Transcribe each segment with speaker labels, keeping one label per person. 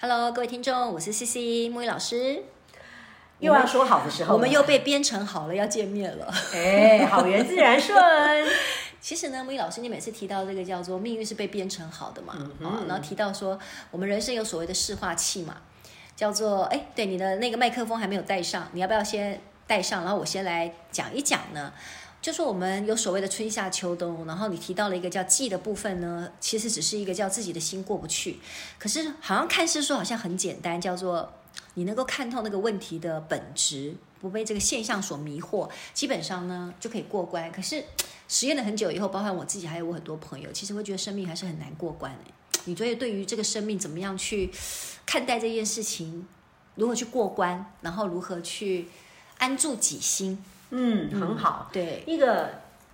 Speaker 1: Hello，各位听众，我是 C C 木鱼老师，
Speaker 2: 又要说好的时候了，
Speaker 1: 我们 又被编程好了，要见面了。
Speaker 2: 哎，好缘自然顺。
Speaker 1: 其实呢，木易老师，你每次提到这个叫做命运是被编程好的嘛，啊、然后提到说我们人生有所谓的视化器嘛，叫做哎，对，你的那个麦克风还没有带上，你要不要先带上？然后我先来讲一讲呢，就说我们有所谓的春夏秋冬，然后你提到了一个叫季的部分呢，其实只是一个叫自己的心过不去，可是好像看似说好像很简单，叫做你能够看透那个问题的本质，不被这个现象所迷惑，基本上呢就可以过关。可是实验了很久以后，包含我自己，还有我很多朋友，其实会觉得生命还是很难过关哎。你觉得对于这个生命怎么样去看待这件事情，如何去过关，然后如何去安住己心？
Speaker 2: 嗯，很好。
Speaker 1: 对，
Speaker 2: 一个，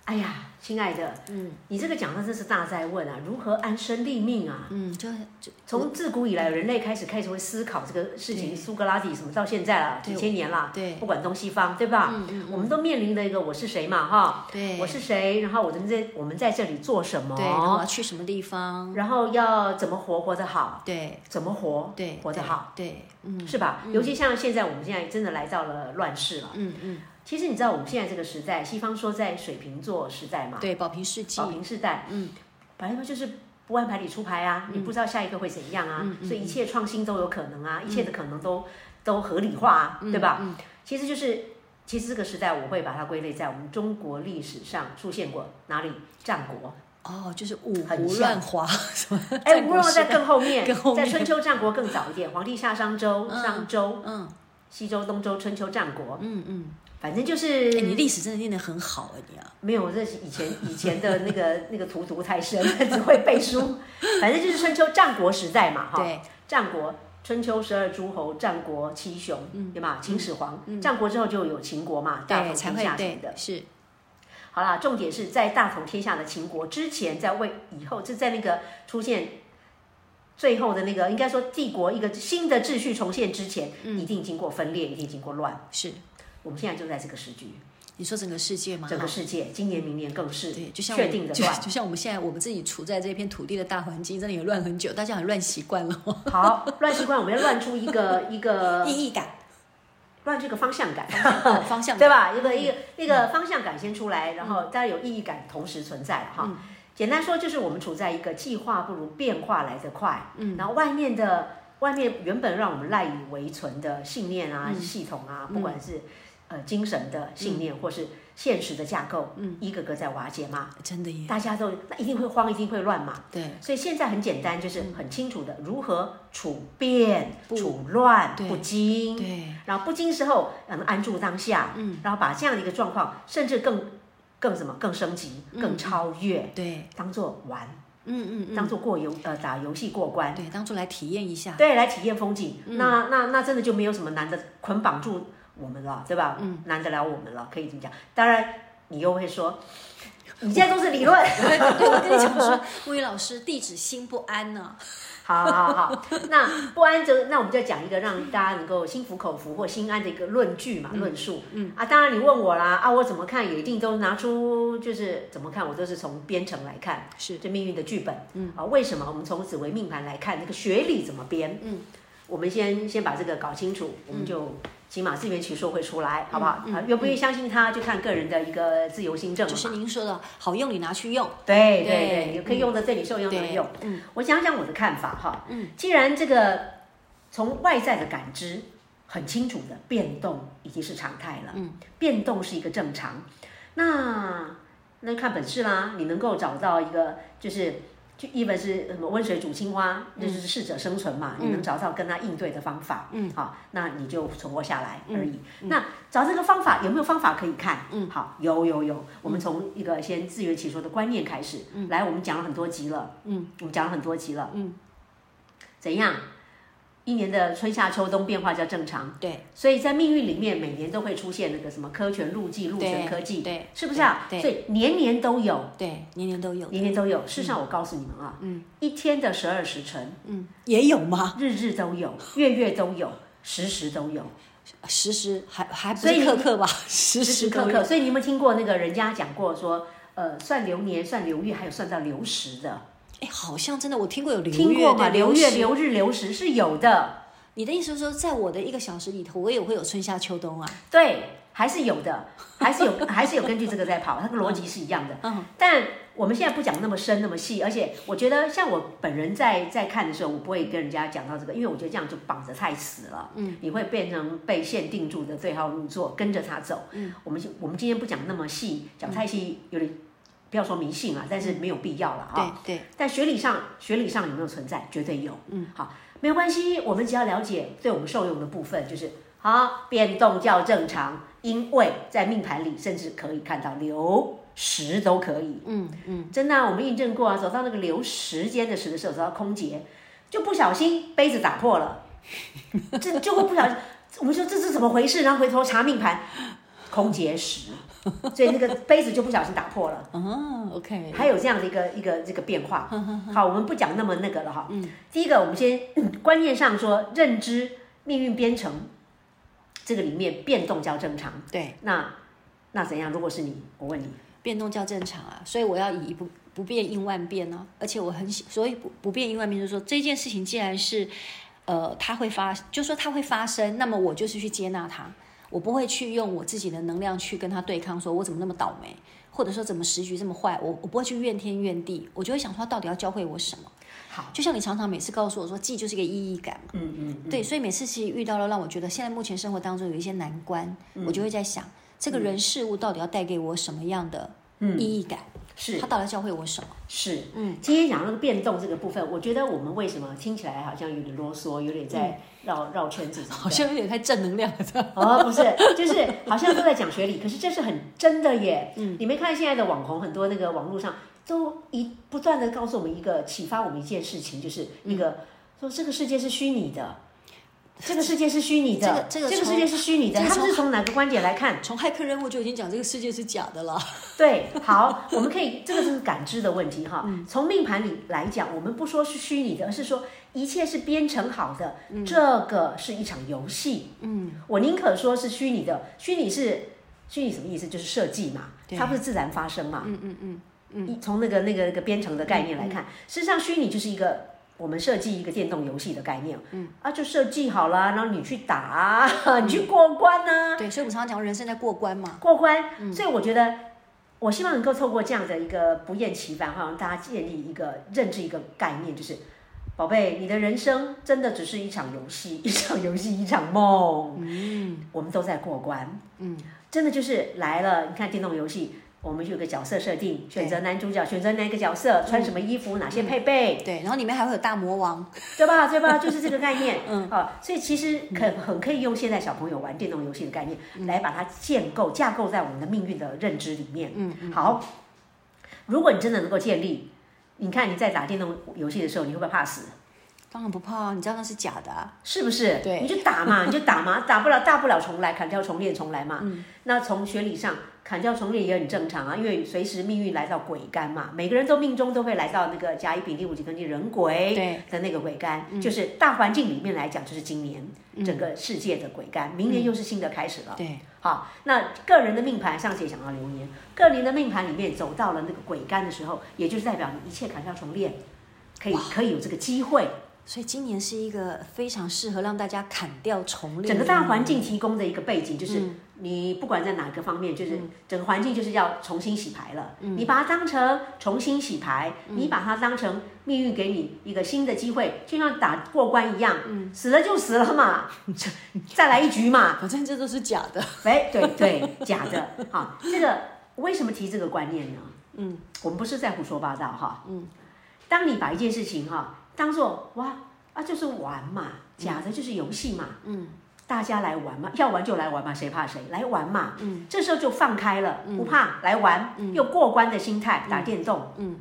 Speaker 2: 哎呀，亲爱的，
Speaker 1: 嗯
Speaker 2: 你这个讲的真是大灾问啊！如何安身立命啊？
Speaker 1: 嗯，就就
Speaker 2: 从自古以来，人类开始开始会思考这个事情，
Speaker 1: 对
Speaker 2: 苏格拉底什么到现在了，
Speaker 1: 对
Speaker 2: 几千年了，
Speaker 1: 对
Speaker 2: 不管东西方，对吧？
Speaker 1: 嗯嗯
Speaker 2: 我们都面临了一个我是谁嘛，哈，
Speaker 1: 对，
Speaker 2: 我哦是谁，然后我们在我们在这里做什么，
Speaker 1: 对，然后我要去什么地方？
Speaker 2: 然后要怎么活活得好，
Speaker 1: 对
Speaker 2: 怎么活，
Speaker 1: 对，
Speaker 2: 活得
Speaker 1: 对
Speaker 2: 好，，
Speaker 1: 对，嗯
Speaker 2: 是吧？尤其像现在，我们现在真的来到了乱世了。
Speaker 1: 嗯嗯，
Speaker 2: 其实你知道，我们现在这个时代，西方说在水瓶座时代嘛，
Speaker 1: 对，宝瓶世纪
Speaker 2: 宝，瓶时代，
Speaker 1: 嗯，
Speaker 2: 反正就是不按牌理出牌啊，你不知道下一个会怎样
Speaker 1: 嗯
Speaker 2: 啊，所以一切创新都有可能啊，一切的可能都都合理化啊，
Speaker 1: 嗯
Speaker 2: 对吧？其实就是，其实这个时代我会把它归类在我们中国历史上出现过哪里战国，
Speaker 1: 哦，就是五
Speaker 2: 很
Speaker 1: 胡
Speaker 2: 像
Speaker 1: 乱华什么？
Speaker 2: 哎，
Speaker 1: 战
Speaker 2: 无
Speaker 1: 国
Speaker 2: 论
Speaker 1: 时
Speaker 2: 在
Speaker 1: 代
Speaker 2: 更后面，
Speaker 1: 更后面
Speaker 2: 在春秋战国更早一点，皇帝下商周、商周、
Speaker 1: 嗯
Speaker 2: 西周、东周、春秋战国，
Speaker 1: 嗯嗯，
Speaker 2: 反正就是
Speaker 1: 哎，你历史真的念得很好哎，你啊，
Speaker 2: 没有，这是以前以前的那个 那个荼毒太深，只会背书。反正就是春秋战国时代嘛，哈，
Speaker 1: 对，
Speaker 2: 战国春秋十二诸侯，战国七雄，对吧？秦始皇，战国之后就有秦国嘛，
Speaker 1: 嗯
Speaker 2: 大
Speaker 1: 对，
Speaker 2: 同
Speaker 1: 才
Speaker 2: 天
Speaker 1: 会
Speaker 2: 下什么
Speaker 1: 对
Speaker 2: 的。
Speaker 1: 是，
Speaker 2: 好啦，重点是在大同天下的秦国之前，在魏以后，就在那个出现最后的那个，应该说帝国一个新的秩序重现之前，
Speaker 1: 嗯
Speaker 2: 一定经过分裂，一定经过乱。
Speaker 1: 是，
Speaker 2: 我们现在就在这个时局，
Speaker 1: 你说整个世界嘛，
Speaker 2: 整个
Speaker 1: 哈
Speaker 2: 世界，今年、明年更是
Speaker 1: 对，就像我
Speaker 2: 确定的
Speaker 1: 就
Speaker 2: 乱。
Speaker 1: 就像我们现在我们自己处在这片土地的大环境，真的也乱很久，大家很乱习惯了，
Speaker 2: 好，乱习惯，我们要乱出一个一 个
Speaker 1: 意义 感、
Speaker 2: 乱出一个方向感，
Speaker 1: 哦方向嗯
Speaker 2: 对
Speaker 1: 感，
Speaker 2: 吧？一个一个那个方向感先出来，然后当然有意义感同时存在了
Speaker 1: 嗯
Speaker 2: 哈。简单说就是我们处在一个计划不如变化来得快，嗯，然后外面的外面原本让我们赖以为存的信念啊、
Speaker 1: 嗯
Speaker 2: 系统啊，不管是呃精神的信念或是现实的架构，嗯，一个个在瓦解嘛，
Speaker 1: 真的耶，
Speaker 2: 大家都那一定会慌，一定会乱嘛，
Speaker 1: 对
Speaker 2: 所以现在很简单，就是很清楚的如何处变、
Speaker 1: 嗯不
Speaker 2: 处乱、
Speaker 1: 对
Speaker 2: 不惊。
Speaker 1: 对，
Speaker 2: 然后不惊时候，嗯，安住当下，嗯，然后把这样的一个状况，甚至更更什么，更升级、更超越，
Speaker 1: 对，
Speaker 2: 当做玩，
Speaker 1: 嗯嗯
Speaker 2: 当做过游呃打游戏过
Speaker 1: 嗯，，
Speaker 2: 关
Speaker 1: 对，当初来体验一下，
Speaker 2: 对，来体验风景。那那那真的就没有什么难的捆绑住我们了，对吧？嗯，难得了我们了，可以这么讲。当然，你又会说，你现在都是理论，
Speaker 1: 对，我跟你讲说，木鱼老师地址心不安 呢，
Speaker 2: 好好好，那不安则那我们就讲一个让大家能够心服口服或心安的一个论据嘛，论述。嗯啊，当然你问我啦，啊，我怎么看也一定都拿出就是怎么看，我都是从编程来看，
Speaker 1: 是
Speaker 2: 这命运的剧本。嗯啊，为什么我们从紫微命盘来看那个学理怎么编？嗯，我们先先把这个搞清楚，我们就。起码自圆其说会出来，好不好？啊，愿不愿意相信他，就看个人的一个自由心证
Speaker 1: 就
Speaker 2: 了嘛。
Speaker 1: 是您说的好用，你拿去用，对
Speaker 2: 对对对，你可以用的对你受用能用。
Speaker 1: 嗯，
Speaker 2: 我讲讲我的看法哈。嗯，既然这个从外在的感知很清楚的变动已经是常态了，嗯，变动是一个正常，那那看本事啦，你能够找到一个就是。就一本是什么温水煮青蛙，那就是适者生存嘛，你能找到跟他应对的方法，嗯，好，那你就存活下来而已。那找这个方法有没有方法可以看？嗯，好，有有有，我们从一个先自圆其说的观念开始，嗯，来，我们讲了很多集了，嗯，我们讲了很多集了，嗯，怎样？一年的春夏秋冬变化叫正常，
Speaker 1: 对，
Speaker 2: 所以在命运里面每年都会出现那个什么科权路径、路权科技，
Speaker 1: 对
Speaker 2: 是不是啊？
Speaker 1: 对
Speaker 2: 所以年年都有，
Speaker 1: 对，年年都有，
Speaker 2: 年年都有。事实上，我告诉你们啊，嗯，一天的十二时辰，
Speaker 1: 嗯，也有吗？
Speaker 2: 日日都有，月月都有，时时都有，
Speaker 1: 时时还还不
Speaker 2: 所以
Speaker 1: 是
Speaker 2: 你
Speaker 1: 刻刻吧，时
Speaker 2: 时
Speaker 1: 时
Speaker 2: 时
Speaker 1: 都
Speaker 2: 刻
Speaker 1: 有
Speaker 2: 刻。所以你有没有听过那个人家讲过说，呃，算流年、算流月，还有算到流时的，
Speaker 1: 哎，好像真的我听过有流
Speaker 2: 听过
Speaker 1: 月对
Speaker 2: 吗？流月、
Speaker 1: 时
Speaker 2: 流日、流时是有的。
Speaker 1: 你的意思是说，在我的一个小时里头，我也会有春夏秋冬啊？
Speaker 2: 对，还是有的，还是有，还是有根据这个在跑，它跟逻辑是一样的。
Speaker 1: 嗯，
Speaker 2: 但我们现在不讲那么深那么细，而且我觉得像我本人在在看的时候，我不会跟人家讲到这个，因为我觉得这样就绑着太死了。嗯，你会变成被限定住的对号入座，跟着他走。嗯，我们就我们今天不讲那么细，讲太细有点。不要说迷信啊，但是没有必要了啊。
Speaker 1: 对
Speaker 2: 但学理上，学理上有没有存在？绝对有。嗯，好，没有关系，我们只要了解对我们受用的部分，就是好变动较正常，因为在命盘里甚至可以看到流时都可以。
Speaker 1: 嗯嗯，
Speaker 2: 真的啊、我们印证过啊，走到那个流时间的时的时候，走到空劫，就不小心杯子打破了，这就会不小心，我们说这是怎么回事？然后回头查命盘，空劫时，所以那个杯子就不小心打破了。
Speaker 1: 哦，OK，
Speaker 2: 还有这样的一个一个这个变 化。好，我们不讲那么那个了哈。嗯，第一个，我们先 观念上说，认知命运编程这个里面变动较正常。
Speaker 1: 对，
Speaker 2: 那那怎样？如果是你，我问你，
Speaker 1: 变动较正常啊，所以我要以不不变应万变呢、而且我很喜，所以不不变应万变，就是说这件事情既然是，呃，它会发，就说它会发生，那么我就是去接纳它，我不会去用我自己的能量去跟它对抗，说我怎么那么倒霉，或者说怎么时局这么坏，我我不会去怨天怨地，我就会想说它到底要教会我什么。
Speaker 2: 好，
Speaker 1: 就像你常常每次告诉我说，记就是一个意义感嘛。
Speaker 2: 嗯嗯，
Speaker 1: 对，所以每次其实遇到了让我觉得现在目前生活当中有一些难关，我就会在想，这个人事物到底要带给我什么样的意义感？
Speaker 2: 是
Speaker 1: 他到底教会我什么？
Speaker 2: 是，嗯，今天讲那个变动这个部分，我觉得我们为什么听起来好像有点啰嗦，有点在绕、绕圈子什么的，
Speaker 1: 好像有点太正能量了。
Speaker 2: 哦，不是，就是好像都在讲学理，可是这是很真的耶。嗯，你没看现在的网红很多，那个网络上都一不断的告诉我们一个启发我们一件事情，就是一个、
Speaker 1: 嗯
Speaker 2: 说这个世界是虚拟的。这个世界是虚拟的，
Speaker 1: 这个这个
Speaker 2: 这个世
Speaker 1: 从
Speaker 2: 界是虚拟的，
Speaker 1: 这个
Speaker 2: 他们
Speaker 1: 从
Speaker 2: 是从哪个观点来看？
Speaker 1: 从骇客任务就已经讲这个世界是假的 了。
Speaker 2: 对，好，我们可以，这个就是感知的问题哈。从命盘里来讲，我们不说是虚拟的，而是说一切是编程好的，这个是一场游戏。嗯，我宁可说是虚拟的，虚拟是虚拟什么意思？就是设计嘛，它不是自然发生嘛。嗯嗯嗯嗯。从那个那个那个编程的概念来看，事实上虚拟就是一个。我们设计一个电动游戏的概念，嗯啊，就设计好了，然后你去打啊，你去过关啊呐、
Speaker 1: 对，所以我们常常讲人生在过关嘛。
Speaker 2: 过关。所以我觉得，我希望能够透过这样的一个不厌其烦，哈，让大家建立一个认知一个概念，就是。宝贝，你的人生真的只是一场游戏， 一场游戏，一场梦。嗯，我们都在过关。嗯，真的就是来了。你看电动游戏，我们有个角色设定，选择男主角，选择哪个角色，穿什么衣服，哪些配备，
Speaker 1: 对，然后里面还会有大魔王。
Speaker 2: 对吧？对吧？就是这个概念。嗯，好、所以其实可很可以用现在小朋友玩电动游戏的概念、来把它建构、架构在我们的命运的认知里面。嗯，好，如果你真的能够建立，你看你在打电动游戏的时候，你会不会怕死？啊
Speaker 1: 当然不怕啊，你知道那是假的啊。
Speaker 2: 是不是？
Speaker 1: 对
Speaker 2: 你就打嘛，你就打嘛，打不了大不了重来，砍掉重练重来嘛。那从学理上，砍掉重练也很正常啊，因为随时命运来到鬼干嘛，每个人都命中都会来到那个甲乙丙丁戊己庚辛壬癸
Speaker 1: 对
Speaker 2: 的那个鬼干，就是大环境里面来讲，就是今年整个世界的鬼干，明年又是新的开始了。
Speaker 1: 对，
Speaker 2: 好，那个人的命盘上次也讲到流年，个人的命盘里面走到了那个鬼干的时候，也就是代表你一切砍掉重练，可以可以有这个机会。
Speaker 1: 所以今年是一个非常适合让大家砍掉重练。
Speaker 2: 整个大环境提供的一个背景，就是你不管在哪个方面，就是整个环境就是要重新洗牌了。你把它当成重新洗牌，你把它当成命运给你一个新的机会，就像打过关一样，死了就死了嘛， 再来一局嘛，
Speaker 1: 反正这都是假啊的。
Speaker 2: 哎，对对，假的。好，这个为什么提这个观念呢？嗯，我们不是在胡说八道哈。嗯，当你把一件事情哈当做哇啊就是玩嘛，假的就是游戏嘛。嗯。大家来玩嘛，要玩就来玩嘛，谁怕谁？来玩嘛，嗯，嗯这时候就放开了，不怕，来玩，又过关的心态，打电动，嗯，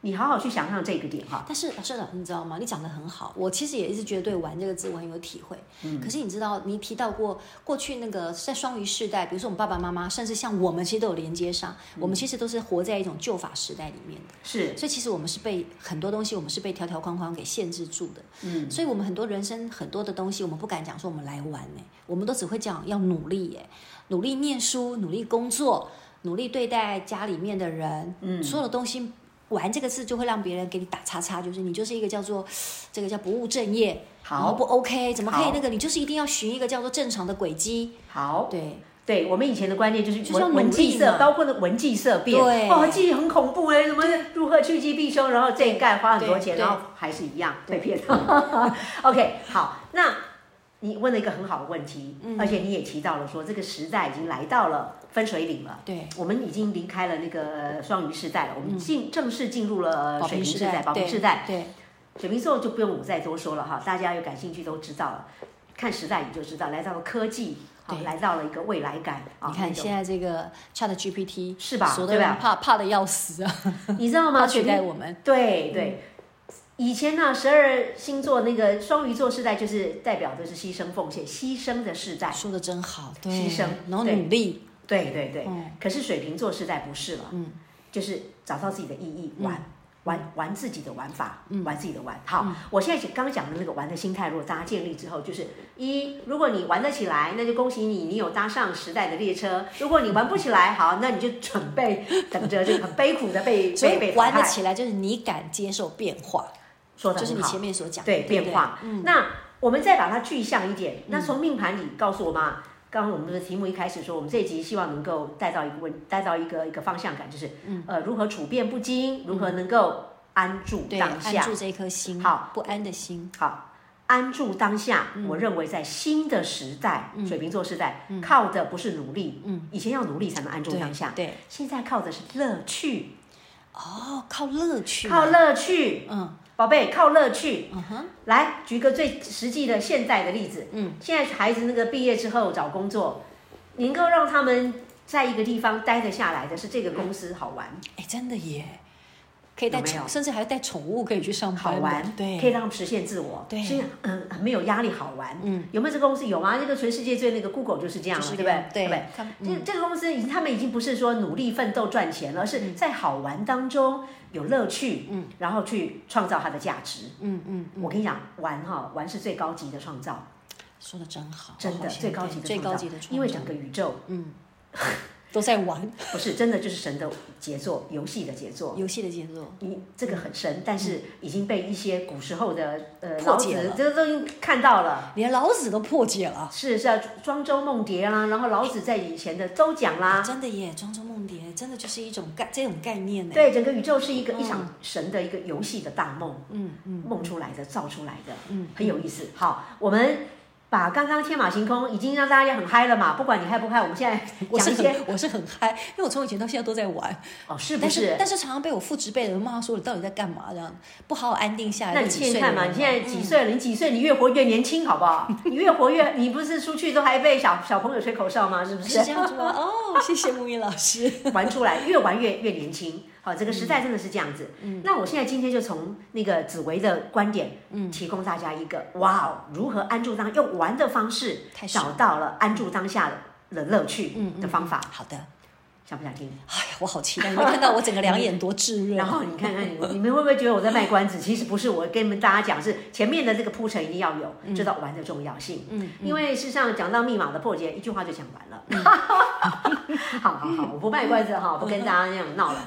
Speaker 2: 你好好去想象这个点哈。
Speaker 1: 但是老师老师，你知道吗？你讲的很好，我其实也一直觉得对“玩”这个字我很有体会。可是你知道，你提到过过去那个在双鱼世代，比如说我们爸爸妈妈，甚至像我们，其实都有连接上。我们其实都是活在一种旧法时代里面的，
Speaker 2: 是，
Speaker 1: 所以其实我们是被很多东西，我们是被条条框框给限制住的。
Speaker 2: 嗯，
Speaker 1: 所以我们很多人生很多的东西，我们不敢讲说我们来玩呢、欸我们都只会讲要努力耶、努力念书，努力工作，努力对待家里面的人，嗯，所有的东西。玩这个字就会让别人给你打叉叉，就是你就是一个叫做，这个叫不务正业，然后
Speaker 2: 好
Speaker 1: 不 OK，怎么可以
Speaker 2: 好
Speaker 1: 那个？你就是一定要寻一个叫做正常的轨迹，
Speaker 2: 好，
Speaker 1: 对，
Speaker 2: 对我们以前的观念就是
Speaker 1: 就是要
Speaker 2: 文
Speaker 1: 努力
Speaker 2: 文记色，
Speaker 1: 嘛
Speaker 2: 包括那文记色变，
Speaker 1: 对
Speaker 2: 哦，记忆很恐怖哎，什么如何趋吉避凶，然后这一概花很多
Speaker 1: 对
Speaker 2: 钱，
Speaker 1: 对
Speaker 2: 然后还是一样被
Speaker 1: 对
Speaker 2: 骗。OK，好，那你问了一个很好的问题，
Speaker 1: 嗯
Speaker 2: 而且你也提到了说这个时代已经来到了分水岭了。
Speaker 1: 对，
Speaker 2: 我们已经离开了那个双鱼时代了，我们进、正式进入了
Speaker 1: 宝
Speaker 2: 呃水
Speaker 1: 瓶
Speaker 2: 瓶
Speaker 1: 时
Speaker 2: 时代、
Speaker 1: 代，
Speaker 2: 宝瓶时
Speaker 1: 对
Speaker 2: 代。，
Speaker 1: 对，
Speaker 2: 水瓶座就不用我再多说了哈，大家有感兴趣都知道了，看时代你就知道，来到了科技，好
Speaker 1: 对
Speaker 2: 来到了一个未来感啊。
Speaker 1: 你看
Speaker 2: 那种
Speaker 1: 现在这个 Chat GPT
Speaker 2: 是吧
Speaker 1: 所有的
Speaker 2: 对吧
Speaker 1: 人怕怕的要死啊，
Speaker 2: 你知道吗？
Speaker 1: 它取代
Speaker 2: 水瓶
Speaker 1: 我们，
Speaker 2: 对对，以前呢、十二星座那个双鱼座世代就是代表的是牺牲奉献、牺牲的世代。
Speaker 1: 说的真好，对，
Speaker 2: 牺牲
Speaker 1: 然后
Speaker 2: 对
Speaker 1: 努力，
Speaker 2: 对对对，
Speaker 1: 嗯
Speaker 2: 可是水瓶座世代不是了，
Speaker 1: 嗯，
Speaker 2: 就是找到自己的意义，玩、玩玩自己的玩法，
Speaker 1: 嗯
Speaker 2: 玩自己的玩。好，我现在刚讲的那个玩的心态，如果大家建立之后，就是一，如果你玩得起来，那就恭喜你，你有搭上时代的列车；如果你玩不起来，好，那你就准备等着这个很悲苦的被
Speaker 1: 所
Speaker 2: 被
Speaker 1: 以
Speaker 2: 被
Speaker 1: 玩
Speaker 2: 淘
Speaker 1: 得
Speaker 2: 汰
Speaker 1: 起来就是你敢接受变化，
Speaker 2: 说的
Speaker 1: 就是
Speaker 2: 很
Speaker 1: 你
Speaker 2: 好。
Speaker 1: 前面所讲的
Speaker 2: 对嗯
Speaker 1: 不
Speaker 2: 变化。那我们再把它具象一点，那从命盘里告诉我们啊，刚刚我们的题目一开始说，我们这一集希望能够带到一个问，带到一个一个方向感，就是、呃如何处变不惊，如何能够嗯安住
Speaker 1: 对，
Speaker 2: 当
Speaker 1: 按
Speaker 2: 下。
Speaker 1: 住这一颗心，
Speaker 2: 好，
Speaker 1: 不安的心，
Speaker 2: 好，安住当下，我认为在新的时代，水瓶座时代，靠的不是努力，嗯，以前要努力才能安住
Speaker 1: 对
Speaker 2: 当下，
Speaker 1: 对，
Speaker 2: 现在靠的是乐趣，
Speaker 1: 哦，靠乐趣，
Speaker 2: 靠，乐趣，
Speaker 1: 嗯
Speaker 2: 宝贝，靠乐趣。
Speaker 1: 嗯哼，
Speaker 2: 来，举个最实际的现在的例子。
Speaker 1: 嗯，
Speaker 2: 现在孩子那个毕业之后找工作，能够让他们在一个地方待得下来的是这个公司好玩，
Speaker 1: 哎，真的耶，可以带
Speaker 2: 有没有
Speaker 1: 宠，甚至还带宠物可以去上班，
Speaker 2: 好玩，可以
Speaker 1: 对，
Speaker 2: 让他们实现自我，
Speaker 1: 对
Speaker 2: 是嗯很没有压力，好玩。呃
Speaker 1: 嗯，
Speaker 2: 有没有这个公司有啊？这个全世界最那个 Google 就是这样
Speaker 1: 就
Speaker 2: 了，
Speaker 1: 是
Speaker 2: 对不对？
Speaker 1: 这
Speaker 2: 对
Speaker 1: 样
Speaker 2: 不对
Speaker 1: 对？，嗯他们
Speaker 2: 这这个公司已经，他们已经不是说努力奋斗赚钱了，而是在好玩当中有乐趣，嗯，然后去创造它的价值。
Speaker 1: 嗯嗯嗯，
Speaker 2: 我跟你讲，玩哈，玩是最高级的创造。
Speaker 1: 说的真好，
Speaker 2: 真
Speaker 1: 好
Speaker 2: 的
Speaker 1: 像
Speaker 2: 最高
Speaker 1: 对
Speaker 2: 级的
Speaker 1: 最
Speaker 2: 创
Speaker 1: 高
Speaker 2: 造
Speaker 1: 级的创造，
Speaker 2: 因为整个宇宙
Speaker 1: 都在玩
Speaker 2: 不是真的就是神的杰作，游戏的杰作。
Speaker 1: 游戏的节奏，
Speaker 2: 你这个很深，但是已经被一些古时候的呃
Speaker 1: 嗯破
Speaker 2: 老
Speaker 1: 解了
Speaker 2: 子这都已经看到了。
Speaker 1: 连老子都破解了。
Speaker 2: 是是啊，庄周梦蝶啦、然后老子在以前的周讲啦、
Speaker 1: 真的耶，庄周梦蝶真的就是一种概这种概念呢。
Speaker 2: 对，整个宇宙是一
Speaker 1: 嗯
Speaker 2: 个、一场神的一个游戏的大梦，嗯嗯，梦出来的，造出来的，嗯，很有意思。好，我们把刚刚天马行空已经让大家很嗨了嘛，不管你嗨不嗨，我们现在
Speaker 1: 我是
Speaker 2: 讲一些
Speaker 1: 很我是很嗨，因为我从以前到现在都在玩，
Speaker 2: 哦，是不
Speaker 1: 但
Speaker 2: 是？
Speaker 1: 但是常常被我父职辈的人骂说你到底在干嘛这样，不好好安定下来。
Speaker 2: 那你
Speaker 1: 都几
Speaker 2: 现
Speaker 1: 岁
Speaker 2: 在看
Speaker 1: 了
Speaker 2: 嘛，
Speaker 1: 人
Speaker 2: 你
Speaker 1: 了
Speaker 2: 现在几岁了？你几岁？你越活越年轻，好不 好？你越活越，你不是出去都还被小小朋友吹口哨吗？是不
Speaker 1: 是这样子吗？ 哦，谢谢木云老师。
Speaker 2: 玩出来，越玩越越年轻。好，这个时代真的是这样子。嗯，那我现在今天就从那个紫薇的观点，嗯，提供大家一个哇哦，如何安住当用玩的方式
Speaker 1: 太爽
Speaker 2: 找到了安住当下的乐趣的方法，
Speaker 1: 好的，
Speaker 2: 想不想听？
Speaker 1: 哎呀，我好期待，你没看到我整个两眼多炙热。
Speaker 2: 然后你看看哎你，你们会不会觉得我在卖关子？其实不是，我跟你们大家讲是前面的这个铺陈一定要有，知道玩的重要性。嗯，因为事实上讲到密码的破解，一句话就讲完了。 好好好，我不卖关子哈，不跟大家那样闹了，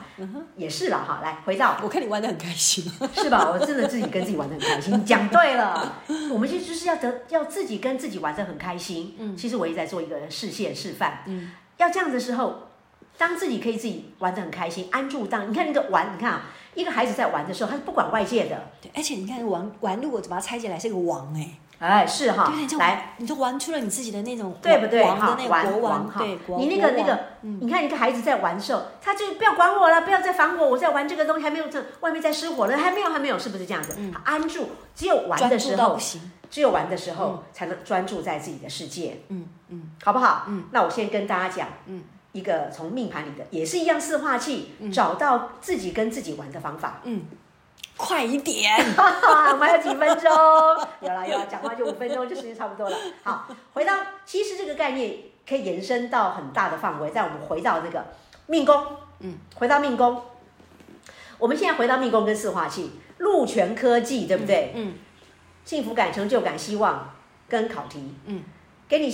Speaker 2: 也是了哈。来，回到
Speaker 1: 我看你玩的很开心，啊
Speaker 2: 是吧？我真的自己跟自己玩的很开心。讲对了，我们就就是要得要自己跟自己玩的很开心。嗯，其实我也在做一个示现示范。嗯，要这样的时候，当自己可以自己玩的很开心，安住当你看那个玩，你看啊，一个孩子在玩的时候，他是不管外界的。
Speaker 1: 对，而且你看玩玩，如果把它拆解来是个王哎，
Speaker 2: 哎，是哈
Speaker 1: 对，，你
Speaker 2: 来。
Speaker 1: 来，你就玩出了你自己的那种
Speaker 2: 对不对？
Speaker 1: 王
Speaker 2: 哈
Speaker 1: 的，那
Speaker 2: 玩
Speaker 1: 个国
Speaker 2: 玩
Speaker 1: 王，
Speaker 2: 哈
Speaker 1: 对，，国
Speaker 2: 你那个
Speaker 1: 国
Speaker 2: 那
Speaker 1: 王嗯
Speaker 2: 个，你看一个孩子在玩的时候，他就不要管我了，不要再烦我，我在玩这个东西，还没有这外面在失火了，还没有还没有，是不是这样子？他安住，只有玩的
Speaker 1: 嗯专
Speaker 2: 时
Speaker 1: 注到
Speaker 2: 候
Speaker 1: 不，行，
Speaker 2: 只有玩的时候才能专注在自己的世界，
Speaker 1: 嗯嗯，
Speaker 2: 好不好？嗯，那我先跟大家讲，嗯，一个从命盘里的，也是一样四化器，找到自己跟自己玩的方法。
Speaker 1: 嗯快一点，
Speaker 2: 我们还有几分钟，有了有了，讲话就五分钟，这时间差不多了。好，回到其实这个概念可以延伸到很大的范围，但我们回到这个命宫，嗯，回到命宫，我们现在回到命宫跟四化器，禄全科技，对不对？
Speaker 1: 嗯，
Speaker 2: 幸福感、成就感、希望跟考题，
Speaker 1: 嗯，
Speaker 2: 给你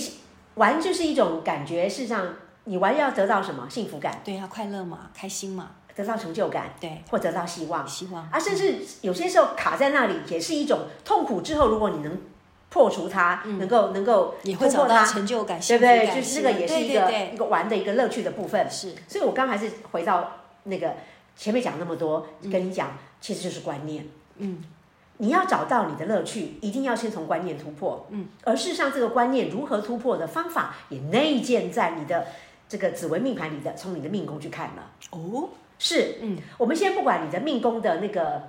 Speaker 2: 玩就是一种感觉，事实上你玩要得到什么？幸福感，
Speaker 1: 对啊，快乐嘛，开心嘛，
Speaker 2: 得到成就感，
Speaker 1: 对，
Speaker 2: 或得到希望。
Speaker 1: 希望
Speaker 2: 啊，甚至有些时候卡在那里也是一种痛苦。之后如果你能破除它，能够能够
Speaker 1: 嗯也会
Speaker 2: 突破
Speaker 1: 找到
Speaker 2: 它
Speaker 1: 成就感，
Speaker 2: 对
Speaker 1: 幸
Speaker 2: 不对？
Speaker 1: 福感
Speaker 2: 就是这个也是一个
Speaker 1: 对对
Speaker 2: 一个玩的一个乐趣的部分
Speaker 1: 对，。是
Speaker 2: 所以我刚还是回到那个前面讲那么多，跟你讲，其实就是观念。
Speaker 1: 嗯，
Speaker 2: 你要找到你的乐趣，一定要先从观念突破。嗯，而事实上，这个观念如何突破的方法，也内建在你的这个紫微命盘里的，从你的命宫去看了。
Speaker 1: 哦，
Speaker 2: 是，
Speaker 1: 嗯，
Speaker 2: 我们先不管你的命宫的那个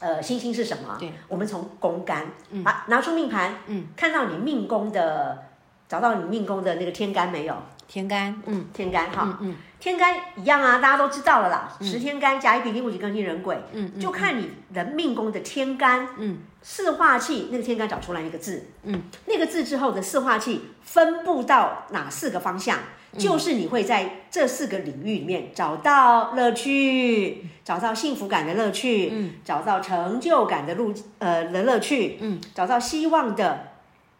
Speaker 2: 呃星星是什么，
Speaker 1: 对，
Speaker 2: 我们从宫干，嗯，啊，拿出命盘，
Speaker 1: 嗯，
Speaker 2: 看到你命宫的，找到你命宫的那个天干没有？
Speaker 1: 天干，嗯
Speaker 2: 天干哈，
Speaker 1: 嗯
Speaker 2: 天干一样啊，大家都知道了啦，十天干甲乙丙丁戊己庚辛壬癸，
Speaker 1: 嗯
Speaker 2: 就看你的命宫的天干
Speaker 1: 嗯
Speaker 2: 四化气那个天干找出来一个字，
Speaker 1: 嗯，
Speaker 2: 那个字之后的四化气分布到哪四个方向，
Speaker 1: 嗯
Speaker 2: 就是你会在这四个领域里面找到乐趣，找到幸福感的乐趣，嗯，找到成就感的路呃的乐趣，嗯，找到希望的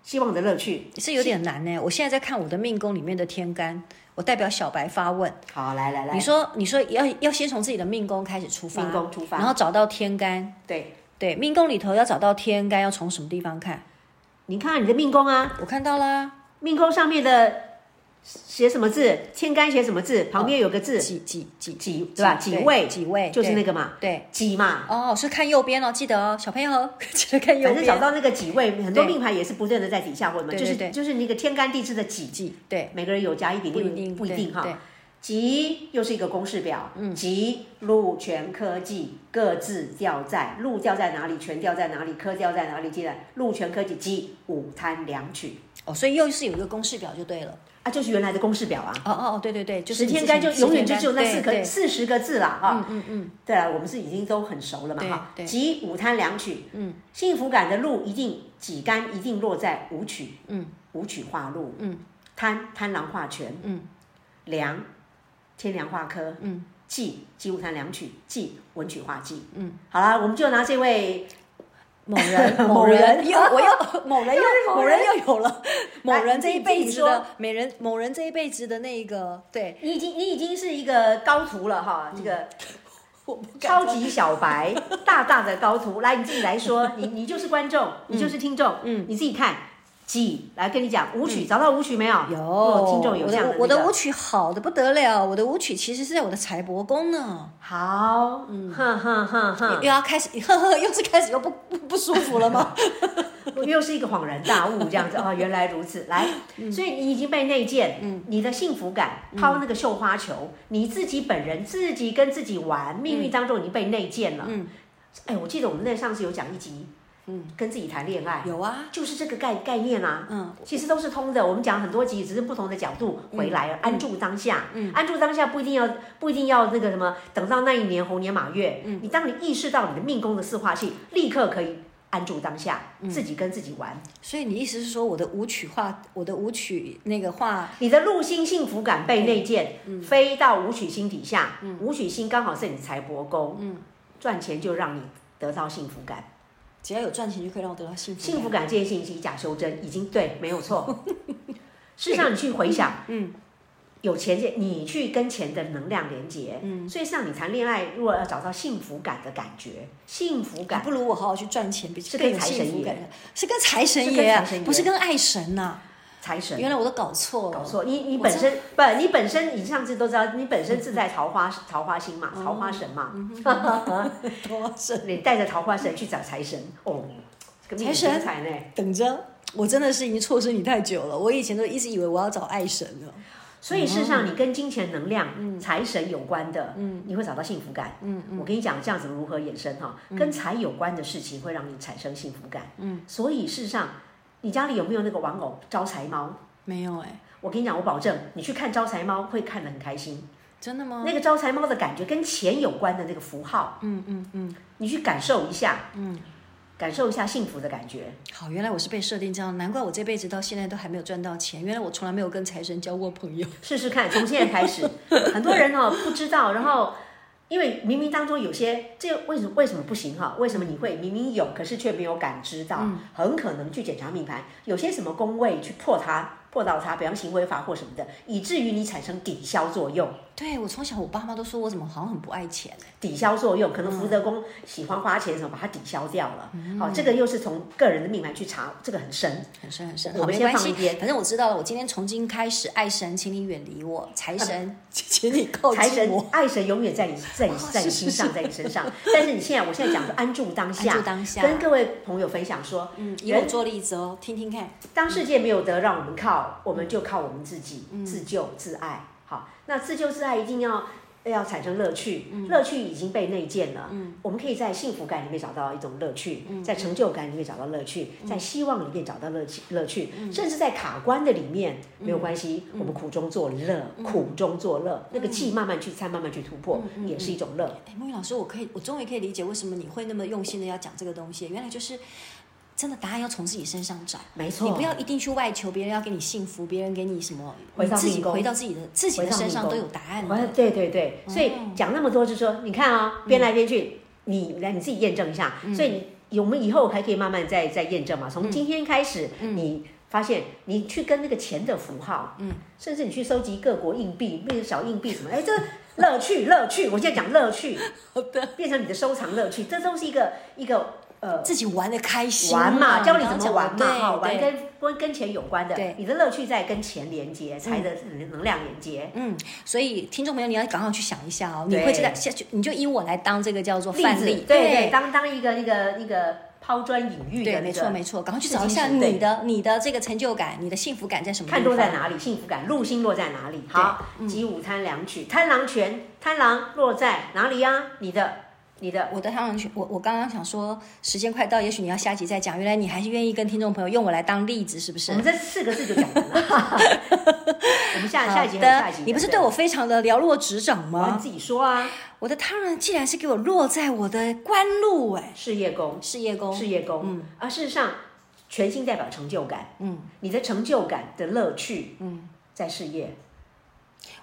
Speaker 2: 希望的乐趣。
Speaker 1: 这有点难呢。我现在在看我的命宫里面的天干，我代表小白发问。
Speaker 2: 好，来来来，
Speaker 1: 你说，你说要要先从自己的命宫开始出发，
Speaker 2: 命宫出发
Speaker 1: 然后找到天干。
Speaker 2: 对，
Speaker 1: 对，命宫里头要找到天干，要从什么地方看？
Speaker 2: 你看看你的命宫啊，
Speaker 1: 我看到啦，
Speaker 2: 命宫上面的写什么字，天干写什么字，旁边有个字
Speaker 1: 哦几几几
Speaker 2: 己对吧？己位
Speaker 1: 几位
Speaker 2: 就是那
Speaker 1: 个
Speaker 2: 个嘛，
Speaker 1: 对。
Speaker 2: 己嘛，
Speaker 1: 哦，是看右边哦，记得哦，小朋友 记得看右
Speaker 2: 反正找
Speaker 1: 边。
Speaker 2: 到那个己位，很多
Speaker 1: 对
Speaker 2: 命盘也是不断的在底下混嘛，
Speaker 1: 对
Speaker 2: 就
Speaker 1: 对
Speaker 2: 是
Speaker 1: 对
Speaker 2: 就是那个天干地支的己，
Speaker 1: 几对，
Speaker 2: 每个人有加一点，
Speaker 1: 不一定
Speaker 2: 不一
Speaker 1: 对嗯
Speaker 2: 定哈。己又是一个公式表，己禄全科技各自掉在禄掉在哪里，全掉在哪里，科掉在哪里，记得禄全科技己五贪两取
Speaker 1: 哦，所以又是有一个公式表就对了。
Speaker 2: 啊，就是原来的公式表啊。
Speaker 1: 哦哦哦，对对对，就是
Speaker 2: 十
Speaker 1: 你
Speaker 2: 天
Speaker 1: 之前
Speaker 2: 干就
Speaker 1: 十
Speaker 2: 永远就
Speaker 1: 天
Speaker 2: 只有那
Speaker 1: 干
Speaker 2: 四
Speaker 1: 对
Speaker 2: 个
Speaker 1: 对
Speaker 2: 四十个字了哈。
Speaker 1: 嗯嗯
Speaker 2: 对啊，我们是已经都很熟了嘛
Speaker 1: 对
Speaker 2: 哈。
Speaker 1: 对
Speaker 2: 己五贪两取，
Speaker 1: 嗯，
Speaker 2: 幸福感的禄一定己干一定落在五取。
Speaker 1: 嗯
Speaker 2: 武曲化禄，
Speaker 1: 嗯，
Speaker 2: 贪贪狼化权，
Speaker 1: 嗯，
Speaker 2: 梁天梁化科，
Speaker 1: 嗯，
Speaker 2: 季季物贪梁曲，季文曲化季，
Speaker 1: 嗯，
Speaker 2: 好啦，我们就拿这位
Speaker 1: 某 人
Speaker 2: 某
Speaker 1: 某
Speaker 2: 人
Speaker 1: 人又我 又某人又某人又有了，某
Speaker 2: 来
Speaker 1: 人
Speaker 2: 你
Speaker 1: 这一
Speaker 2: 自己
Speaker 1: 辈子
Speaker 2: 说
Speaker 1: 的每人某人这一辈子的那一个对，
Speaker 2: 你已经你已经是一个高徒了哈，这个
Speaker 1: 嗯 我不敢
Speaker 2: 超级小白， 大大的高徒，来你自己来说，你你就是观众，你就是听众，嗯，你自己看。季来跟你讲舞曲，找到舞曲没有？
Speaker 1: 嗯有
Speaker 2: 哦听众有
Speaker 1: 我
Speaker 2: 这样
Speaker 1: 的
Speaker 2: 的
Speaker 1: 我
Speaker 2: 那
Speaker 1: 的
Speaker 2: 个
Speaker 1: 舞曲好的不得了，我的舞曲其实是在我的财帛宫呢，
Speaker 2: 好，嗯，哼哼哼
Speaker 1: 又
Speaker 2: 哼，
Speaker 1: 要开始呵呵，又是开始又不不不舒服了吗？
Speaker 2: 又是一个恍然大悟，这样子哦，原来如
Speaker 1: 嗯
Speaker 2: 此。来，所以你已经被内建，你的幸福感
Speaker 1: 嗯
Speaker 2: 抛那个绣花球，你自己本人自己跟自己玩，命运当中已经被内建了。
Speaker 1: 嗯
Speaker 2: 哎，我记得我们那上次有讲一集，
Speaker 1: 嗯
Speaker 2: 跟自己谈恋爱，
Speaker 1: 有啊，
Speaker 2: 就是这个概概念啊。
Speaker 1: 嗯
Speaker 2: 其实都是通的，我们讲很多集，只是不同的角度回来，安住当下。嗯，安住当下不一定要不一定要那个什么，等到那一年猴年马月。嗯，你当你意识到你的命宫的四化气，立刻可以安住当下，自己跟自己玩。
Speaker 1: 所以你意思是说我的舞曲画我的舞曲那个画
Speaker 2: 你的禄星幸福感被内建，飞到武曲星底下，武曲星刚好是你财帛宫，赚钱就让你得到幸福感，
Speaker 1: 只要有赚钱就可以让我得到幸福感，
Speaker 2: 幸福感这件事情是以假修真，已经对，没 有错。事实上，你去回想，
Speaker 1: 嗯
Speaker 2: 有钱这，你去跟钱的能量连接，
Speaker 1: 嗯
Speaker 2: 所以像你谈恋爱，如果要找到幸福感的感觉，幸福
Speaker 1: 还
Speaker 2: 感
Speaker 1: 不如我好好去赚钱，比
Speaker 2: 是
Speaker 1: 更
Speaker 2: 跟
Speaker 1: 有
Speaker 2: 财
Speaker 1: 幸
Speaker 2: 神
Speaker 1: 福
Speaker 2: 爷
Speaker 1: 感的。是跟财神
Speaker 2: 是
Speaker 1: 爷
Speaker 2: 跟
Speaker 1: 啊
Speaker 2: 财神，爷
Speaker 1: 不是跟爱神呐、
Speaker 2: 财神
Speaker 1: 原来我都搞错了，
Speaker 2: 搞错，你你
Speaker 1: 嗯我
Speaker 2: 本
Speaker 1: 知
Speaker 2: 身不，你本身你上次都知道，你本身自带桃花桃花星
Speaker 1: 哦
Speaker 2: 嘛，桃花神嘛，
Speaker 1: 嗯多 是
Speaker 2: 你带着桃花神去找财神哦，这个
Speaker 1: 财
Speaker 2: 命
Speaker 1: 神
Speaker 2: 很精彩呢。
Speaker 1: 哎等着。我真的是已经错失你太久了，我以前都一直以为我要找爱神了。
Speaker 2: 所以事实
Speaker 1: 哦
Speaker 2: 上，你跟金钱能量、
Speaker 1: 嗯
Speaker 2: 财神有关的，你会找到幸福感。我跟你讲，这样子如何衍生哈，
Speaker 1: 嗯
Speaker 2: 跟财有关的事情会让你产生幸福感。所以事实上，你家里有没有那个玩偶招财猫？
Speaker 1: 没有哎、
Speaker 2: 我跟你讲，我保证，你去看招财猫会看得很开心。
Speaker 1: 真的吗？
Speaker 2: 那个招财猫的感觉跟钱有关的那个符号，
Speaker 1: 嗯嗯嗯，
Speaker 2: 你去感受一下，嗯，感受一下幸福的感觉。
Speaker 1: 好，原来我是被设定这样，难怪我这辈子到现在都还没有赚到钱，原来我从来没有跟财神交过朋友。
Speaker 2: 试试看，从现在开始，很多人哦不知道，然后因为冥冥当中有些这个为什么为什么不行哈、为什么你会明明有，可是却没有感知到？很可能去检查命盘，有些什么宫位去破它。破到它，比方行为法或什么的，以至于你产生抵消作用。
Speaker 1: 对我从小我爸妈都说我怎么好像很不爱钱哎、
Speaker 2: 抵消作用，可能福德宫喜欢花钱什么，把它抵消掉了。好、这个又是从个人的命盘去查，这个很深。
Speaker 1: 很深很深。
Speaker 2: 我
Speaker 1: 好，
Speaker 2: 们
Speaker 1: 没
Speaker 2: 先
Speaker 1: 关
Speaker 2: 放一
Speaker 1: 系
Speaker 2: 边，
Speaker 1: 反正我知道了。我今天从今开始，爱神，请你远离我；财神， 请你靠
Speaker 2: 财
Speaker 1: 近
Speaker 2: 神
Speaker 1: 我。、
Speaker 2: 爱神永远在你、在你、在你心上，在你身上。但是你现在，我现在讲说安住 当下，
Speaker 1: 安住当下
Speaker 2: 跟各位朋友分享说，
Speaker 1: 嗯，以我
Speaker 2: 人
Speaker 1: 做例子哦，听听看。
Speaker 2: 当世界没有得让我
Speaker 1: 嗯
Speaker 2: 们靠，我们就靠我们自己，自救自爱。好，那自救自爱一定要要产生乐趣，
Speaker 1: 嗯
Speaker 2: 乐趣已经被内建了。我们可以在幸福感里面找到一种乐趣，
Speaker 1: 嗯
Speaker 2: 在成就感里面找到乐趣，在希望里面找到乐趣，
Speaker 1: 嗯
Speaker 2: 乐趣，甚至在卡关的里面没有关系，
Speaker 1: 嗯
Speaker 2: 我们苦中作乐，苦中作乐，那个气慢慢去猜，慢慢去突破，
Speaker 1: 嗯
Speaker 2: 也是一种乐。
Speaker 1: 哎，木云老师，我可以，我终于可以理解为什么你会那么用心的要讲这个东西。原来就是真的答案要从自己身上找，
Speaker 2: 没错，
Speaker 1: 你不要一定去外求别人要给你幸福，别人给你什么，
Speaker 2: 回到
Speaker 1: 你自
Speaker 2: 命
Speaker 1: 己
Speaker 2: 宫
Speaker 1: 回到自己的自己
Speaker 2: 回
Speaker 1: 的
Speaker 2: 到
Speaker 1: 身
Speaker 2: 命
Speaker 1: 上
Speaker 2: 宫
Speaker 1: 都有答案
Speaker 2: 我
Speaker 1: 的。
Speaker 2: 哦对对对，
Speaker 1: 哦
Speaker 2: 所以讲那么多，就是说，你看
Speaker 1: 嗯
Speaker 2: 啊、边来边去，你来你自己验证一下。所以你我们以后还可以慢慢再再验证嘛。
Speaker 1: 嗯
Speaker 2: 从今天开始，你发现你去跟那个钱的符号，嗯，甚至你去收集各国硬币，那个小硬币什么，哎，这乐趣 乐趣，我现在讲乐趣，
Speaker 1: 好的，
Speaker 2: 变成你的收藏乐趣，这都是一个一个呃。
Speaker 1: 自己玩的开心啊
Speaker 2: 玩嘛，教你怎
Speaker 1: 然后
Speaker 2: 么
Speaker 1: 讲
Speaker 2: 玩嘛，
Speaker 1: 对
Speaker 2: 哈，玩
Speaker 1: 对
Speaker 2: 跟跟跟钱有关的
Speaker 1: 对，
Speaker 2: 你的乐趣在跟钱连接，财的能量连接，
Speaker 1: 嗯，所以听众朋友，你要赶快去想一下哦，你
Speaker 2: 对
Speaker 1: 会知道下去，你就以我来当这个叫做
Speaker 2: 例
Speaker 1: 哦范
Speaker 2: 子
Speaker 1: 例，
Speaker 2: 对对，当当一个那个那个抛砖引玉的、
Speaker 1: 对，
Speaker 2: 那个，
Speaker 1: 没错没错，赶快去找一
Speaker 2: 是
Speaker 1: 下
Speaker 2: 是是对
Speaker 1: 你的你的这个成就感，你的幸福感在什么地
Speaker 2: 看
Speaker 1: 方？
Speaker 2: 落在哪里，幸福感路星落在哪里？好，
Speaker 1: 嗯
Speaker 2: 集五贪两取，贪狼拳，贪狼落在哪里呀、你的你的
Speaker 1: 我的汤圆，我我刚刚想说时间快到，也许你要下集再讲。原来你还是愿意跟听众朋友用我来当例子，是不是
Speaker 2: 我？们这四个字就讲完了。 我们下下一集
Speaker 1: 好
Speaker 2: 还有下
Speaker 1: 的
Speaker 2: 一集，，
Speaker 1: 你不是对嗯我非常的了若指掌
Speaker 2: 我们
Speaker 1: 吗？
Speaker 2: 自己说啊，
Speaker 1: 我的汤圆竟然是给我落在我的官路哎，
Speaker 2: 事业宫，
Speaker 1: 事业宫，
Speaker 2: 事业宫，嗯，而事实上，全心代表成就感，
Speaker 1: 嗯，
Speaker 2: 你的成就感的乐趣，嗯，在事业，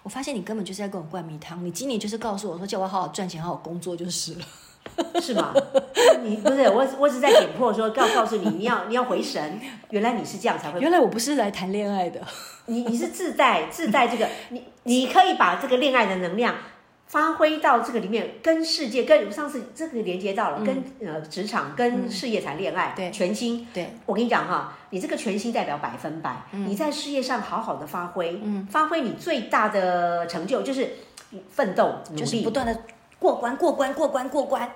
Speaker 1: 我发现你根本就是在跟我灌迷汤，你今年就是告诉我说叫我好好赚钱，好好工作就是了。
Speaker 2: 是吗？你不是我，我只在点破说，告告诉你，你要你要回神，原来你是这样才会，
Speaker 1: 原来我不是来谈恋爱的，
Speaker 2: 你你是自带自带这个，你你可以把这个恋爱的能量发挥到这个里面，跟世界，跟我上次这个连接到了，跟呃职场，跟事业谈恋爱，
Speaker 1: 嗯对
Speaker 2: 全新。
Speaker 1: 对，
Speaker 2: 我跟你讲哈，你这个全新代表百分百，
Speaker 1: 嗯
Speaker 2: 你在事业上好好的发挥，发挥你最大的成就就是奋斗努力，
Speaker 1: 就是不断的过关过关过关过关。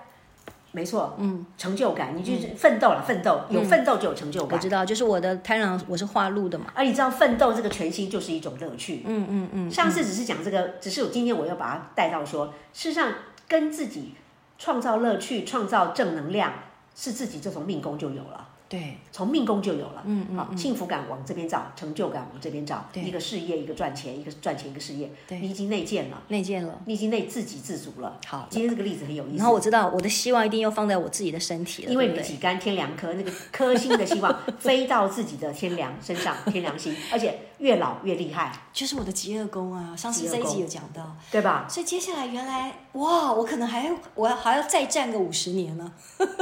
Speaker 2: 没错，嗯，成就感，你就是奋斗了，奋斗
Speaker 1: 嗯
Speaker 2: 有奋斗就有成就
Speaker 1: 我
Speaker 2: 感。
Speaker 1: 知道，就是我的贪婪，我是化路的嘛。
Speaker 2: 啊而你知道，奋斗这个全新就是一种乐趣。
Speaker 1: 嗯嗯嗯，
Speaker 2: 上次只是讲这个，只是我今天我要把它带到说，事实上跟自己创造乐趣、创造正能量，是自己就从命宫就有了，
Speaker 1: 对，
Speaker 2: 从命宫就有了。嗯嗯，好，幸福感往这边找，成就感往这边找，
Speaker 1: 对
Speaker 2: 一个事业，一个赚钱，一个赚钱，一个事业，你已经内建了，
Speaker 1: 内建了。
Speaker 2: 你已经内自给自足了。
Speaker 1: 好
Speaker 2: 今天这个例子很有意思。
Speaker 1: 然后我知道我的希望一定要放在我自己的身体了，
Speaker 2: 因为
Speaker 1: 对
Speaker 2: 你
Speaker 1: 不
Speaker 2: 的
Speaker 1: 对
Speaker 2: 己干天梁科那个颗星的希望 飞到自己的天梁身上，天梁星，而且越老越厉害，
Speaker 1: 就是我的极恶宫啊，上次
Speaker 2: 极恶
Speaker 1: 这一集
Speaker 2: 宫
Speaker 1: 有讲到。
Speaker 2: 对吧？
Speaker 1: 所以接下来原来哇，我可能还要我还要再站个五十年呢。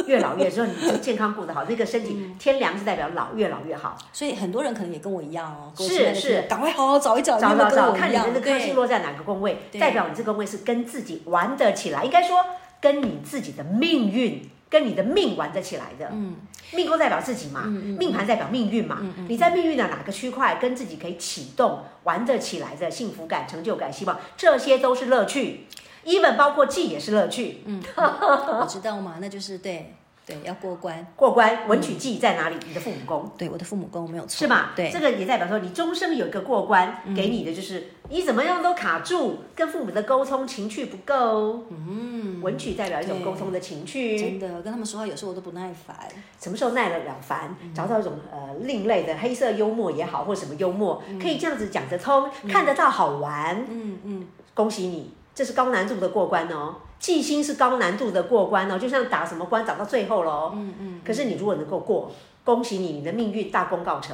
Speaker 2: 越老越，说你就健康过得好，那个身
Speaker 1: 嗯
Speaker 2: 体天梁是代表老，越老越好。
Speaker 1: 所以很多人可能也跟我一样哦，各位
Speaker 2: 是
Speaker 1: 亲爱的听众
Speaker 2: 是
Speaker 1: 赶快好好找一找，
Speaker 2: 找
Speaker 1: 有没有哦
Speaker 2: 找
Speaker 1: 跟
Speaker 2: 找，
Speaker 1: 我
Speaker 2: 看
Speaker 1: 一
Speaker 2: 你的
Speaker 1: 样
Speaker 2: 那颗星
Speaker 1: 对。
Speaker 2: 落在哪个宫位，
Speaker 1: 对
Speaker 2: 代表你这个宫位是跟自己玩得起来，应该说跟你自己的命运。跟你的命玩得起来的，嗯，命宫代表自己嘛，
Speaker 1: 嗯
Speaker 2: 命盘代表命运嘛，你在命运的哪个区块跟自己可以启动玩得起来的幸福感、成就感、希望，这些都是乐趣。even 包括记也是乐趣，嗯，
Speaker 1: 哦我知道嘛，那就是对。对，要过关。
Speaker 2: 过关文曲技在哪里？你的父母宫
Speaker 1: 对，我的父母宫没有错，
Speaker 2: 是吧？
Speaker 1: 对嗯
Speaker 2: 这，个也代表说你终生有一个过关，给你的就是你怎么样都卡住，跟父母的沟通情趣不够。嗯，文曲代表一种
Speaker 1: 对
Speaker 2: 沟通的情
Speaker 1: 真
Speaker 2: 趣，
Speaker 1: 的，我跟他们说话有时候我都不耐烦。
Speaker 2: 什么时候耐得了烦，
Speaker 1: 嗯
Speaker 2: 找到一种呃另类的黑色幽默也好，或什么幽默，可以这样子讲得通，看得到好玩。
Speaker 1: 嗯嗯，
Speaker 2: 恭喜你，这是高难度的过关哦。记心是高难度的过关哦，就像打什么关，打到最后喽。嗯嗯。可是你如果能够过，恭喜你，你的命运大功告成，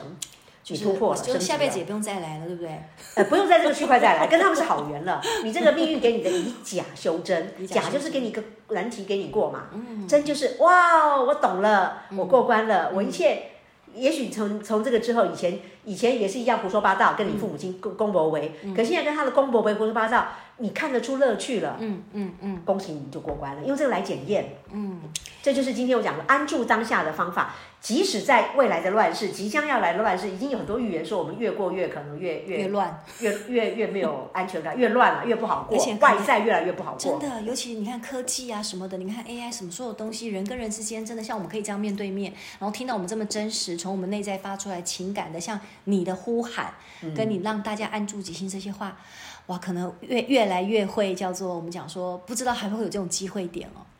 Speaker 2: 你突破了，
Speaker 1: 就是
Speaker 2: 升级
Speaker 1: 下辈子
Speaker 2: 了
Speaker 1: 也不用再来了，对不对？
Speaker 2: 呃，不用在这个区块 再来，跟他们是好缘了。你这个命运给你的以假修真，
Speaker 1: 以假
Speaker 2: 假
Speaker 1: 修真嗯
Speaker 2: 就是给你一个难题给你过嘛，真就是哇哦，我懂了，我过关了，我一切。也许从从这个之后，以前以前也是一样胡说八道，
Speaker 1: 嗯
Speaker 2: 跟你父母亲公公伯为，可现在跟他的公伯为胡说八道，你看得出乐趣了，
Speaker 1: 嗯嗯嗯，
Speaker 2: 恭喜你就过关了，用这个来检验。嗯，这就是今天我讲的安住当下的方法。即使在未来的乱世，即将要来的乱世，已经有很多预言说我们越过越可能越越
Speaker 1: 越乱，
Speaker 2: 越越越没有安全感，越乱了，越不好过
Speaker 1: 而且，可能
Speaker 2: 外在越来越不好
Speaker 1: 真
Speaker 2: 过。
Speaker 1: 的，尤其你看科技啊什么的，你看 AI 什么所有东西，人跟人之间真的像我们可以这样面对面，然后听到我们这么真实，从我们内在发出来情感的，像你的呼喊，
Speaker 2: 嗯
Speaker 1: 跟你让大家按住即心这些话，哇，可能越越来越会叫做我们讲说，不知道还会有这种机会点哦，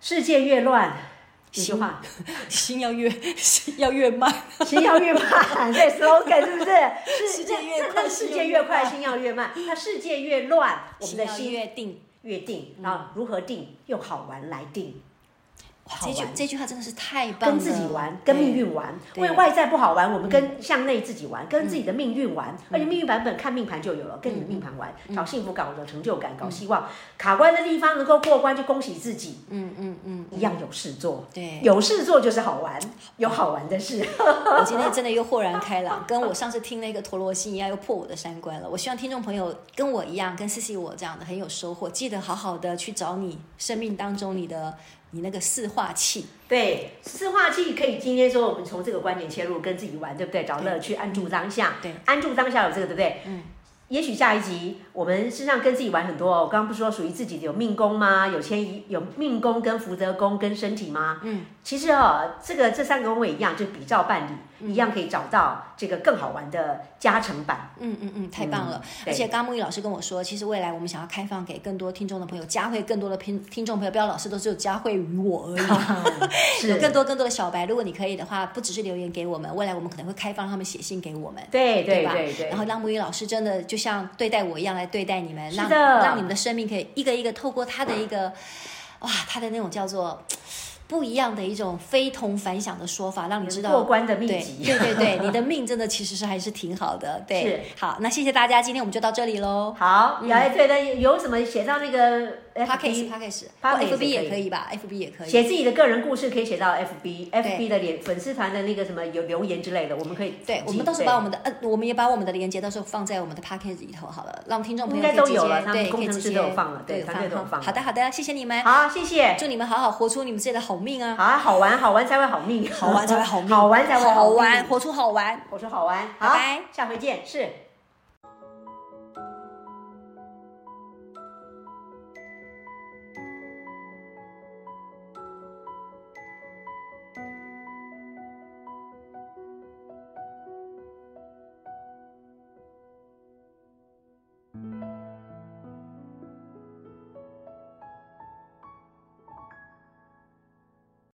Speaker 2: 世界越乱，一句话，
Speaker 1: 心要越心要越慢，
Speaker 2: 嗯心要越 慢，对 slogan 是不是？是
Speaker 1: 世界越
Speaker 2: 那
Speaker 1: 快
Speaker 2: 那
Speaker 1: 心
Speaker 2: 世
Speaker 1: 要
Speaker 2: 界
Speaker 1: 越
Speaker 2: 越快，
Speaker 1: 慢
Speaker 2: 心要越慢。那世界越乱，我们
Speaker 1: 心
Speaker 2: 的
Speaker 1: 要
Speaker 2: 心
Speaker 1: 越嗯定。
Speaker 2: 越定。啊，如何定？用好玩来定，
Speaker 1: 哇，
Speaker 2: 好
Speaker 1: 这句
Speaker 2: 玩
Speaker 1: 这句话真的是太棒了，
Speaker 2: 跟自己玩，跟命运玩。因
Speaker 1: 对嗯
Speaker 2: 为外在不好玩，我们跟向内自己玩，跟自己的命运玩。而且命运版本看命盘就有了，跟你的命
Speaker 1: 嗯
Speaker 2: 盘玩，找幸福感，找成就感，搞希望。卡关的地方能够过关，就恭喜自己，
Speaker 1: 嗯嗯嗯，
Speaker 2: 一样有事做。
Speaker 1: 对。
Speaker 2: 有事做就是好玩，有好玩的事。
Speaker 1: 我今天真的又豁然开朗，跟我上次听那个陀螺星一样，又破我的三观了。我希望听众朋友跟我一样，跟四喜我这样的很有收获。记得好好的去找你生命当中你的你那个四化器，
Speaker 2: 对，四化器可以今天说我们从这个观点切入，跟自己玩，对不对？找乐趣，安住当下。
Speaker 1: 对，
Speaker 2: 安住当下有这个，对不对？嗯。也许下一集我们身上跟自己玩很多哦。我刚刚不是说属于自己的有命宫吗？有迁移，有命宫跟福德宫跟身体吗？嗯，其实哦，这个这三个宫位一样，就比照办理，
Speaker 1: 嗯
Speaker 2: 一样可以找到这个更好玩的加成版。
Speaker 1: 嗯嗯嗯，太棒了！
Speaker 2: 对
Speaker 1: 而且刚刚木易老师跟我说，其实未来我们想要开放给更多听众的朋友，佳慧更多的听听众朋友，不要老是都只有佳慧与我而已。 有
Speaker 2: 啊是
Speaker 1: 更多更多的小白，如果你可以的话，不只是留言给我们，未来我们可能会开放让他们写信给我们。
Speaker 2: 对对
Speaker 1: 吧？
Speaker 2: 对对。
Speaker 1: 然后让木鱼老师真的就像对待我一样来对待你们，
Speaker 2: 是
Speaker 1: 让
Speaker 2: 的
Speaker 1: 让你们的生命可以一个一个透过他的一个，哇，他的那种叫做不一样的一种非同凡响的说法，让你知道
Speaker 2: 过关的秘
Speaker 1: 对
Speaker 2: 籍。
Speaker 1: 对对对，你的命真的其实是还是挺好的。对，
Speaker 2: 是
Speaker 1: 好，那谢谢大家，今天我们就到这里喽。
Speaker 2: 好，来对的，有什么写到那个
Speaker 1: p o c k e t
Speaker 2: FB
Speaker 1: p o c k e t
Speaker 2: 或
Speaker 1: FB 也
Speaker 2: 也
Speaker 1: 可
Speaker 2: 可
Speaker 1: 以吧，FB 也可以。
Speaker 2: 写自己的个人故事可以写到 FB FB 的脸粉丝团的那个什么有留言之类的，我们可以
Speaker 1: 对，我们到时候把我们的呃，我们也把我们的连接到时候放在我们的 p a c k a g e 里头好了，让听众朋友
Speaker 2: 应该
Speaker 1: 可以
Speaker 2: 都有
Speaker 1: 直接
Speaker 2: 了他们
Speaker 1: 对，可以
Speaker 2: 工程
Speaker 1: 直
Speaker 2: 师
Speaker 1: 接
Speaker 2: 都有放了对
Speaker 1: 有
Speaker 2: 团队都有放了
Speaker 1: 好的好的，谢谢你们，
Speaker 2: 好，谢谢。
Speaker 1: 祝你们好好活出你们自己的好命啊！
Speaker 2: 好，好玩，好玩才会好命，
Speaker 1: 好玩才会好命
Speaker 2: 好玩才会
Speaker 1: 好
Speaker 2: 命
Speaker 1: 玩，。活出好玩。
Speaker 2: 我说好玩，好
Speaker 1: 拜拜，
Speaker 2: 下回见，是。